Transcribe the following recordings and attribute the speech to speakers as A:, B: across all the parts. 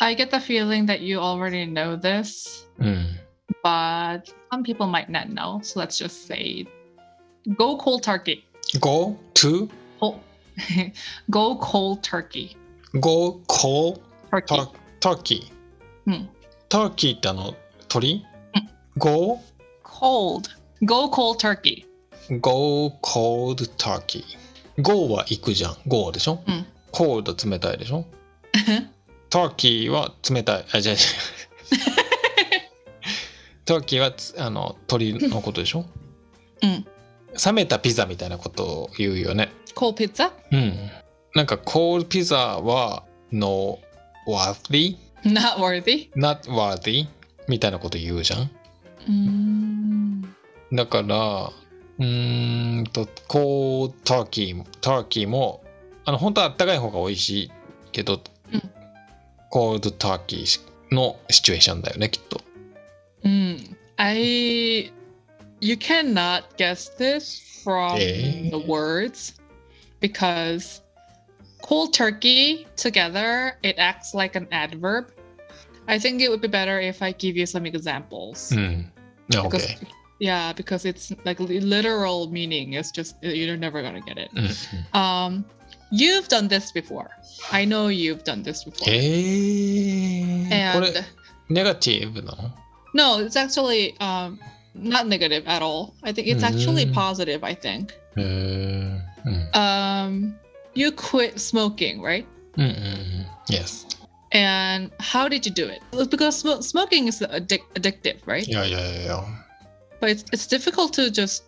A: I get the feeling that you already know this,
B: うん。
A: but some people might not know. So let's just say go cold turkey.
B: go to
A: Oh. go cold turkey.
B: go call
A: Turkey. Hmm.
B: tur- turkey
A: うん。
B: turkey ってあの
A: う
B: 鳥 go
A: Cold. Go cold turkey.
B: go cold turkey go は行くじゃん go でしょ、
A: うん
B: cold 冷たいで しょ turkey は冷たいあじゃあ turkey はつあの鳥のことでしょ
A: うん
B: 冷めたピザみたいなことを言うよね
A: cold pizza?
B: うんなんか cold pizza は no worthy
A: Not worthy.
B: not worthy みたいなこと言うじゃん
A: Mm.
B: だからうーんとこうターキーもターキーもあの本当はあったかい方が美味しいけど、
A: うん
B: コールドターキーのシチュエーションだよねきっと
A: Mm. I. You cannot guess this from
B: Eh?
A: the words because cold turkey together it acts like an adverb. I think it would be better if I give you some examples.
B: んあ OK
A: Because, yeah, because it's like li- literal meaning. It's just you're never gonna get it.
B: うんうん、
A: Um, you've done this before. I know you've done this before.
B: えー、こ
A: and
B: れネガティブなの
A: No, it's actually um, not negative at all. I think it's actually
B: Mm.
A: positive. I think.
B: へえー、うん
A: Um, you quit smoking, right?
B: うんうんうん Yes
A: And how did you do it? Well, Because sm- smoking is addic- addictive, right?
B: いやいやいやいや
A: But it's, it's difficult to just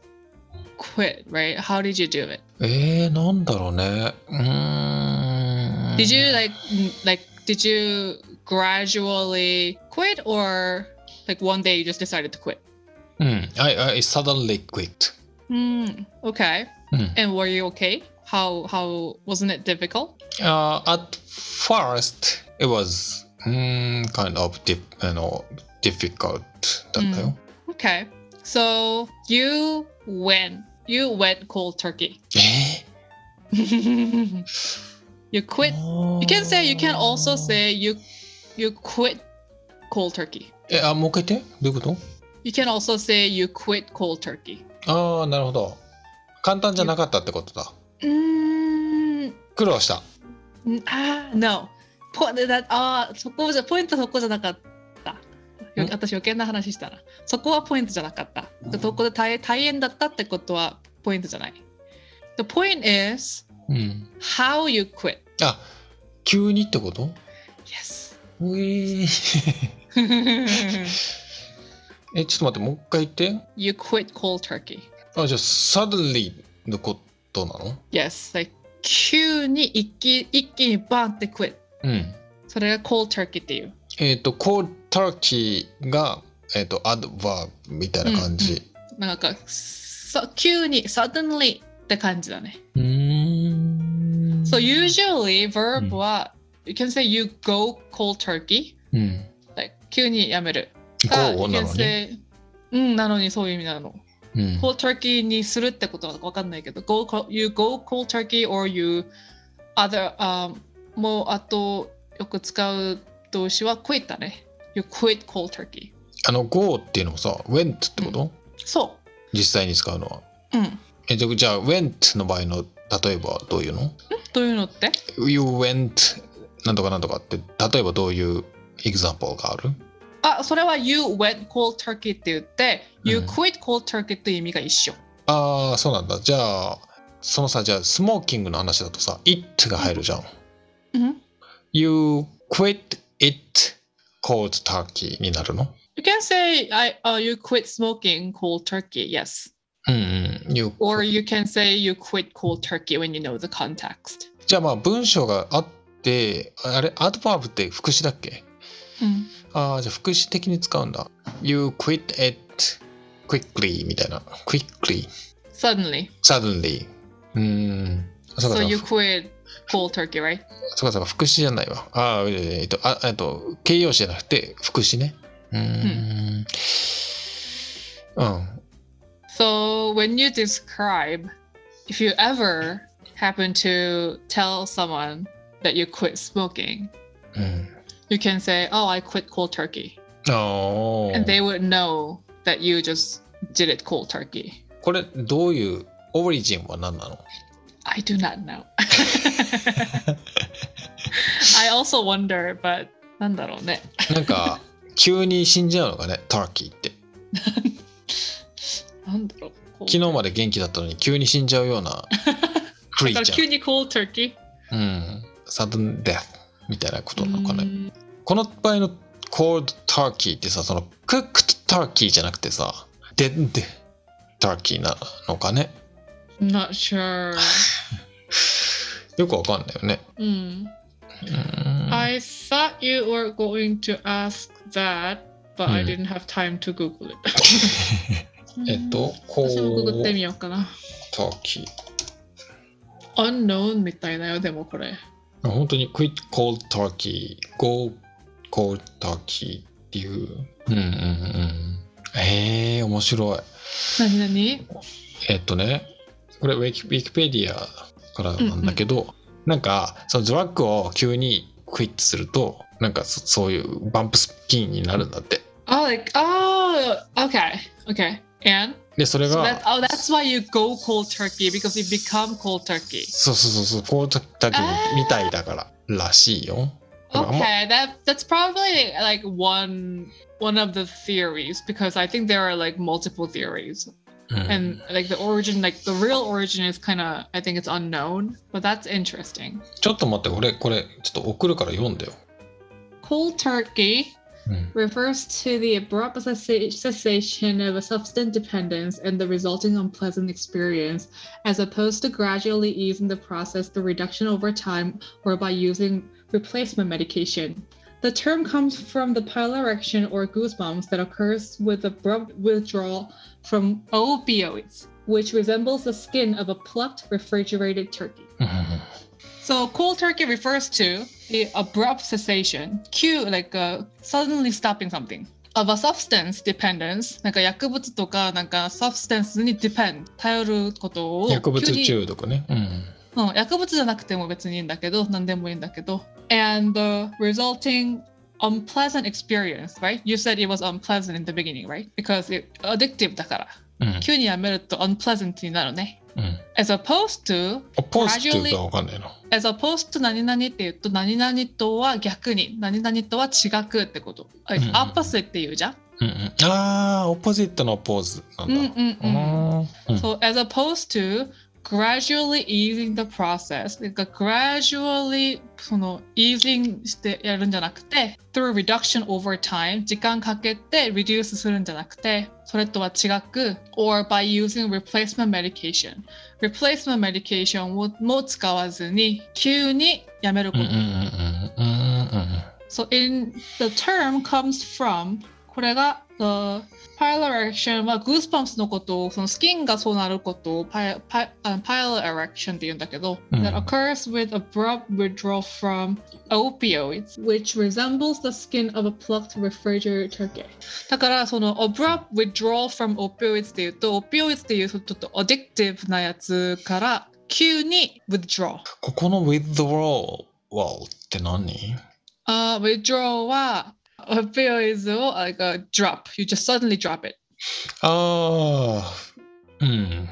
A: quit, right? How did you do it?
B: えー、なんだろうねうーん
A: Did you like mm, like did you gradually quit or like one day you just decided to quit?
B: うん、I, I suddenly quit.
A: Hmm. Okay.
B: Mm.
A: And were you okay? How how wasn't it difficult?
B: Uh, at first, it was mm, kind of dif- you know, difficult. だったよ。
A: Okay. So you win. You went cold turkey.
B: え
A: you
B: ー
A: quit. You can say you can also say you you quit cold turkey.
B: え、あ、もう一回言ってどういうこ
A: You can also say you quit cold turkey.
B: とああ、なるほど。簡単じゃなかったってことだ。
A: Mm,
B: 苦労した。
A: ah, no. ポだあ ah, ーそこじゃポイントそこじゃなかった。よ
B: ん
A: 私余計な話したな。そこはポイントじゃなかった。でそこで大大変だったってことはポイントじゃない。The point is
B: うん。
A: how you quit.
B: あ、急にってこと
A: Yes.
B: うえーえ、ちょっと待って、もう一回言って。
A: you quit cold turkey.
B: あ、じゃあ、suddenly のことなの
A: Yes. Like 急に一気一気にバンって quit。
B: うん。
A: それが cold turkey っていう。
B: えっ、と、コールターキーが、えっ、と、アドバーブみたいな感じ。
A: なんかそ急に suddenly って感じだね。
B: うん。
A: So usually
B: うん
A: verb は、you can say you go cold turkey.
B: うん。
A: Like 急にやめる。か
B: Go な
A: you
B: の
A: can
B: に。
A: say うん、なのにそういう意味なの。
B: うん。
A: cold turkey にするってことはわかんないけど、go, co- you go cold turkey or you other、um, もうあとよく使う動詞は quit だね。You quit cold turkey。
B: あの、go っていうのもさ、went ってこと、
A: そ
B: 実際に使うのは。
A: う。うん。
B: え、じゃあじゃあ、went の場合の、例えばどういうの
A: というのって
B: ?you went なんとかなんとかって、例えばどういう example がある
A: あ、それは you went cold turkey って言って、you
B: うん
A: quit cold turkey っていう意味が一緒。
B: ああ、そうなんだ。じゃあ、そのさ、じゃあ、スモーキングの話だとさ、it が入るじゃん。
A: うん。
B: you quit it cold turkey になるの
A: You can say I uh, you quit smoking cold turkey, yes.
B: うんうん。You
A: Or you can say you quit cold turkey when you know the context.
B: じゃあまあ文章があってあれアドバーブって副詞だっけああじゃあ副詞的に使うんだ You quit it quickly みたいな quickly
A: Suddenly.
B: suddenly うーんそう
A: So
B: かそう
A: you
B: か
A: quit cold turkey, right?
B: そうかそうか副詞じゃないわあーえーえっとあえっと形容詞じゃなくて副詞ねうーんうん
A: So when you describe, if you ever happen to tell someone that you quit smoking,
B: うん
A: you You can say, "Oh, I quit cold turkey,"
B: ああ
A: and they would know that you just did it cold turkey.
B: これどういうオリジンは何なの
A: I do not know. I also wonder, but なんだろうね。
B: なん か急に死んじゃうのかねターキーって
A: なんだろう。昨
B: 昨日まで元気だったのに急に死んじゃうよ うなクリー
A: だから
B: チャ
A: 急に cold turkey。
B: ーうんサドンデスみたいなことなのか
A: う
B: ね
A: ん
B: この場合の cold turkey ってさその cooked turkey じゃなくてさでで turkey なのかね
A: Not sure.
B: よくわかんないよね
A: うん。
B: うーん
A: I thought you were going to ask that, but I
B: うん
A: didn't have time to Google it. Mm.
B: えっと
A: う
B: cold
A: ん私もググってみようかな。
B: turkey
A: Unknown みたいなよ、でもこれ。
B: あ本当に quit cold turkey go cold turkey っていううんうんうんへえ面白い
A: なになに
B: えっとねこれウィキウィキペディアからなんだけど、なんかそのドラッグを急にクイッとするとなんかそそういうバンプスキンになるんだって
A: あ、like, oh, okay, okay. And?
B: でそれ
A: So
B: が
A: that, oh, that's why you go cold turkey, because you become cold turkey.
B: そうそうそうそうコールターキーみたいだかららしいよあんま
A: Okay, that that's probably like one one of the theories because I think there are like multiple theories
B: うん
A: and like the origin like the real origin is kind of I think it's unknown, but that's interesting.
B: ちょっと待って俺これちょっと送るから読んでよ、
A: Cold turkey
B: うん
A: refers to the abrupt cessa- cessation of a substance dependence and the resulting unpleasant experience, as opposed to gradually easing the process through reduction over time or by using replacement medication. The term comes from the pilorection or goosebumps that occurs with abrupt withdrawal from opioids, which resembles the skin of a plucked refrigerated turkey.
B: うんうんうん
A: So cold turkey refers to the abrupt cessation, cue like uh, suddenly stopping something. Of a substance dependence, なんか薬物とかなんか substance に depend 頼ることを
B: 薬物
A: 急に
B: 中毒ね。うん。
A: うん、薬物じゃなくても別にいいんだけど何でもいいんだけど and the resulting unpleasant experience, right? You said it was unpleasant in the beginning, right? Because it addictive だから
B: うん。
A: 急にやめると unpleasant になるね
B: うん。
A: as opposed to
B: あポーズっていうかわかんないな。
A: as opposed to 何々って言うと何々とは逆に何々とは違くってこと。あ
B: うんうんうん
A: opposite って言うじゃん。
B: うんうん。ああ、オポジットのポーズなん
A: うん
B: だ。
A: うんうん。
B: うん。
A: So as opposed to gradually easing the process なんか gradually その easing してやるんじゃなくて through reduction over time 時間かけて reduce するんじゃなくてそれとは違く or by using replacement medication replacement medication をも使わずに急にやめるこ
B: うんうん
A: と
B: うんうんうんうん
A: So in the term comes from これが the pilorection は goosebumps のことをそのスキンがそうなることを pi- pi- あ pilorection um, って言うんだけど、
B: うん
A: that occurs with abrupt withdrawal from opioids which resembles the skin of a plucked refrigerated turkey だからその abrupt withdrawal from opioids っていうと opioids っていうちょっと addictive なやつから急に withdraw
B: ここの withdrawal って何
A: あ、uh, withdraw は opioids を like a drop you just suddenly drop it
B: ああ、うん。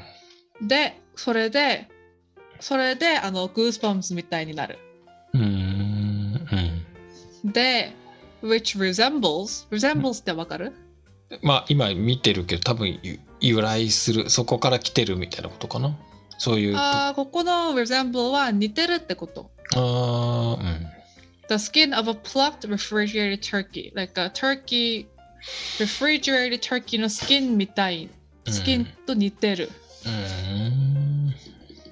A: でそれでそれであの goosebumps みたいになる
B: うん。うん。
A: で which resembles resembles ってわかる
B: まあ今見てるけど多分ゆ由来する、そこから来てるみたいなことかな。そういうと。あ
A: あーここの resemble は似てるってこと
B: あー、
A: the skin of a plucked refrigerated turkey like a turkey refrigerated turkey のスキンみたい
B: うん
A: スキンと似てる
B: うん。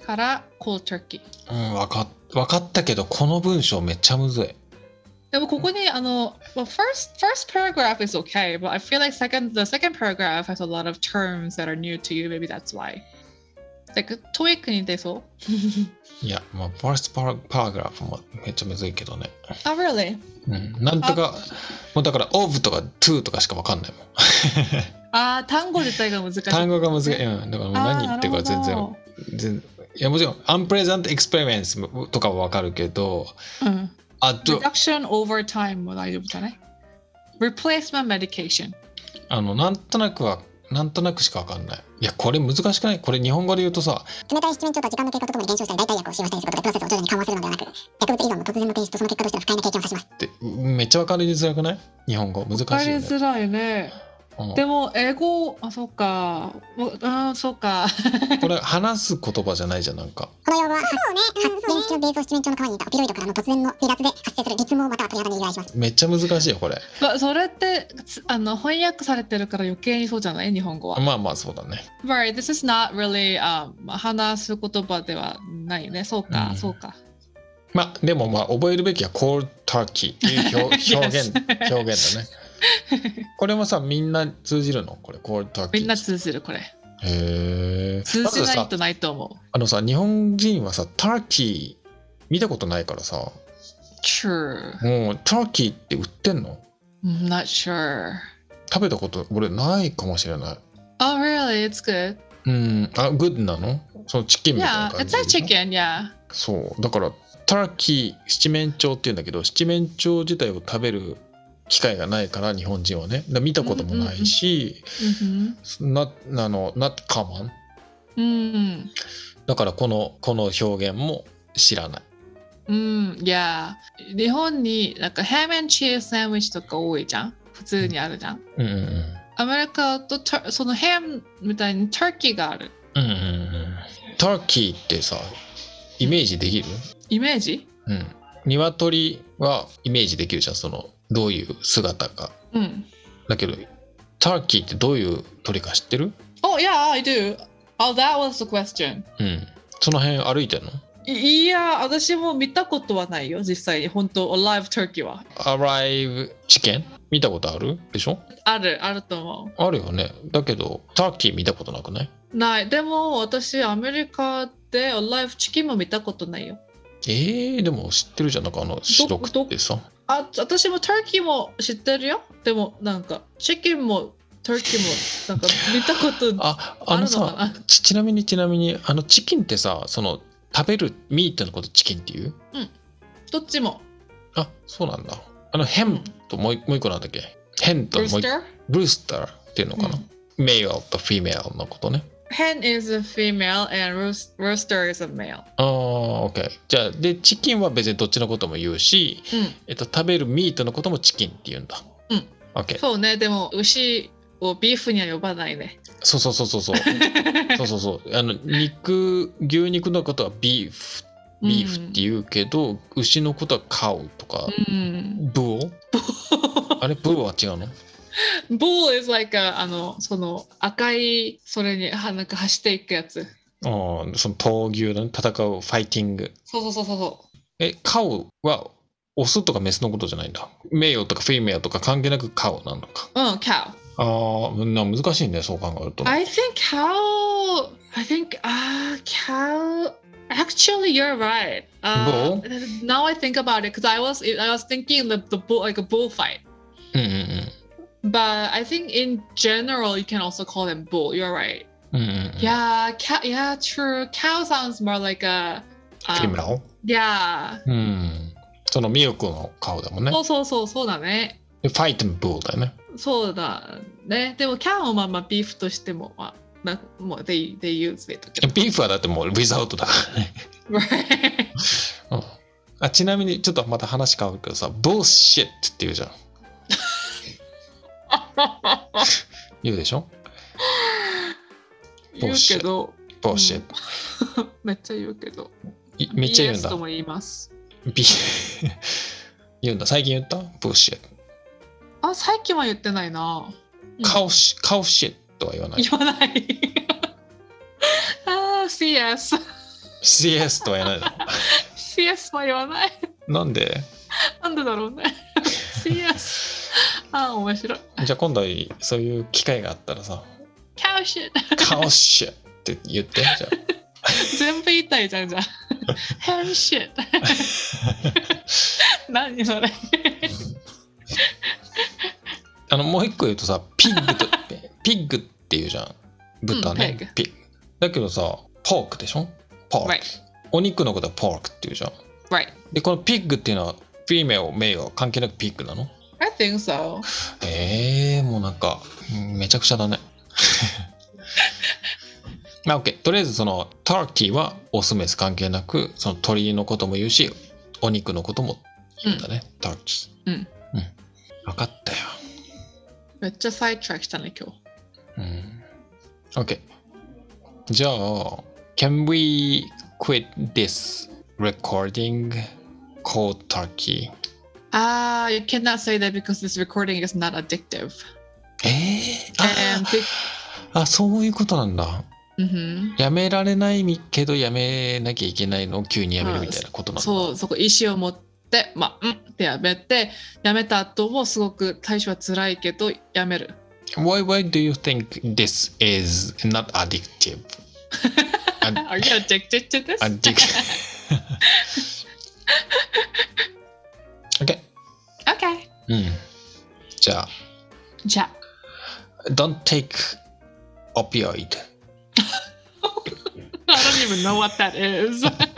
B: うん。
A: から cold turkey
B: うん、わかっわかったけど、この文章めっちゃむずい。
A: でもここにあの、well, first first paragraph is okay, but I feel like second the second paragraph has a lot of terms that are new to you. Maybe that's why. Like TOEIC に出そう。
B: いや、まあ、ファーストパラパラグラフもめっちゃむずいけどね。
A: oh really?
B: うん、なんとか、もうだから、of とか to とかしかわかんないもん。
A: ああ単語自体が難しい。
B: 単
A: 語
B: 語が難しい。うん、だからもう
A: あー
B: 何言ってるか全
A: なる
B: 然
A: ほ。
B: 全いや、もちろん、unpleasant experience とかはわかるけど、
A: うん
B: あと、
A: reduction over time も大丈夫じゃない ?replacement medication。
B: あの、なんとなくは、なんとなくしかわかんない。いや、これ難しくないこれ日本語で言うとさ、
C: 決めたい七面鳥と時間の経過とともに減少したり代替薬を使用したりすることでプロセスを徐々に緩和するのではなく薬物依存の突然の停止とその結果としての不快な経験を指します
B: ってめっちゃわかりづらくない日本語。難しい
A: わかり
B: よね。
A: づらいね。
B: うん
A: でも、英語、あ、そうか。ううん、そう か。
B: これ話す言葉じゃないじゃん、なんか。
C: この用語は発現式のベースを七面鳥の皮にいたオピロイドからの突然の離脱で発生する立毛または鳥肌に由来します
B: めっちゃ難しいよ、これ。
A: まあそれってつあの翻訳されてるから余計にそうじゃない日本語は。
B: まあまあ、そうだね。
A: Right, this is not really、um, 話す言葉ではないね。そうか、
B: うん
A: そうか。
B: まあ、でもまあ、覚えるべきは cold turkey っていう表
A: Yes
B: 表現、表現だね。これもさ、みんな通じるのこれ、cold turkey。
A: みんな通じるこれ。
B: へえ。
A: 通
B: ま
A: じ
B: ず
A: ない
B: さ
A: と、ないと思
B: あのさ、日本人はさ、ターキー見たことないからさ、
A: う。Sure,
B: もうターキーって売ってんの
A: I'm not sure.
B: 食べたこと俺ないかもしれない。
A: Oh, really? It's good.
B: うん、あ、グッドなのそのチキンみたいな
A: Yeah,
B: 感
A: it's
B: じ
A: like
B: でしょ
A: chicken. Yeah.
B: そう、だからターキー七面鳥っていうんだけど、七面鳥自体を食べる機会がないから日本人はね、だから見たこともないし、
A: うん
B: なあの、not common。
A: ふん。
B: だからこのこの表現も知らない。
A: うん。うん。いや、Mm, 日本になんかヘムンチーズサンドイッチとか多いじゃん。普通にあるじゃん。
B: うんうん
A: アメリカとタそのヘムみたいにターキーがある
B: うん。うんうんうん。ターキーってさ、イメージできる？
A: イメージ
B: うん。鶏はイメージできるじゃん。そのどういう姿か。
A: うん。
B: だけど、ターキーってどういう鳥か知ってる？
A: Oh, yeah, I do. Oh, that was the question.
B: うん。その辺歩いてんの
A: いいや、私も見たことはないよ、実際に。本当、Alive Turkey は。
B: ?Arrive chicken? 見たことあるでしょ
A: ある、あると思。
B: あるよね。だけど、ターキー見たことなくないう
A: ない。でも、私、アメリカで Alive Chicken も見たことないよ。
B: えー、でも知ってるじゃん。なんかあの白くってさ。
A: あ、私も Turkey も知ってるよ。でも、なんか、Chicken も Turkey も、なんか、見たこと
B: あ、あ
A: あ
B: の
A: るのか
B: さ、
A: な。
B: ちちなみにちなみに、あのチキンってさ、その食べるミートのことチキンっていう
A: どっちも。
B: あ、そうなんだ。あの、ヘ
A: う
B: ン
A: ん
B: ともう一もう一個なんだっけヘンともう一個。
A: Rooster?
B: ブースターっていうのかな、
A: うん
B: メイルとフィメールのことね。
A: Hen is a female and roos- rooster is a male.
B: ああ、OK。じゃあ、で、チキンは別にどっちのことも言うし、
A: う
B: えっと、食べるミートのこともチキンって言うんだ。
A: うん。ん。
B: OK。
A: そうね、でも、牛をビーフには呼ばないね。
B: そうそうそ うそうそう。そうそうそう。あの、肉、牛肉のことはビーフ、ビーフって言うけど、牛のことはカウとか、
A: うん。
B: ブオあれ、ブオは違うの
A: ボー is like a, あの、その赤い、それにはなんか走っていくやつ。
B: ああ、その闘牛のね戦う、ファイティング。
A: そうそうそうそうそ
B: え、カウは、オスとかメスのことじゃないんだ。名誉とかフィメアとか関係なくカウなのか。
A: う。うん、cow。
B: ああ、な難しいね、そう考えると。
A: I think cow, I think, あ、h cow. Actually, you're right. Uh,
B: Bull?
A: now I think about it, because I was I was thinking the, the bull like a bullfight.
B: うんうん
A: But I think in general, you can also call them bull. You're right.
B: うん。うんうんうん、
A: Yeah, cow. Yeah, true. Cow sounds more like a.
B: フ
A: um,
B: ィメラを
A: yeah.
B: うん。そのミルクの顔だもんね
A: そ。うそうそうそうだね。
B: でファイトンブーだよね。
A: そうだね。でもキャンをまあまあビーフとしてもまあなもう they they use it けど。
B: ビーフはだってもう without だからね。
A: Right.
B: うんあちなみにちょっとまた話変わるけどさ、bullshit って言 うじゃん。言うでしょ
A: 言うけど。
B: ?bullshit。
A: うんめっちゃ言うけど。
B: いめっちゃ言うん
A: BS
B: だ
A: と。も言います。
B: B 言うんだ。最近言った ?bullshit。
A: あ最近は言ってないな。うん
B: 顔し、顔シェットは言わない。
A: 言わない。ああ CS
B: CS とは言わない
A: CS は言わない。
B: の。なんで
A: なんでだろうね。CS あー面白い。
B: じゃあ今度そういう機会があったらさ、
A: キャッシュ。
B: 顔シェットって言って。じゃあ
A: 全部言いたいじゃんじゃん。変 身。何それ。
B: あのもう一個言うとさ、ピッグ と、ピッグって言うじゃん。豚ね。
A: うん
B: ピッグ。だけどさ、ポークでしょポーク。
A: Right.
B: お肉のことはポークって言うじゃん。
A: Right.
B: で、このピッグっていうのはフィメオ、メイオ、関係なくピークなの
A: I think so.
B: ええー、もうなんか、うんめちゃくちゃだね。 まあ、OK。とりあえず、その、ターキーはオスメス関係なく、その鳥のことも言うし、お肉のことも言うんだね。ターキー。
A: うん
B: うん。分かったよ。
A: めっちゃサイドトラックしたね、今日。
B: うん。OK。じゃあ、Can we quit this recording cold turkey?
A: Ah, you cannot say that because this recording is not addictive.
B: ええあ
A: And be-
B: あ、そういうことなんだ。
A: Mhm.
B: やめられないけどやめなきゃいけないのを急にやめるみたいなことなんだ。
A: そう、そこ意思を持って、まあ、うんってやめて、やめた後もすごく対処は辛いけど、やめる。
B: Why, why do you think this is not addictive?
A: Are you addicted to this?
B: addictive. okay.
A: okay.
B: うん。じゃあ、
A: じ ゃ
B: don't take opioid.
A: あ、I don't even know what that is.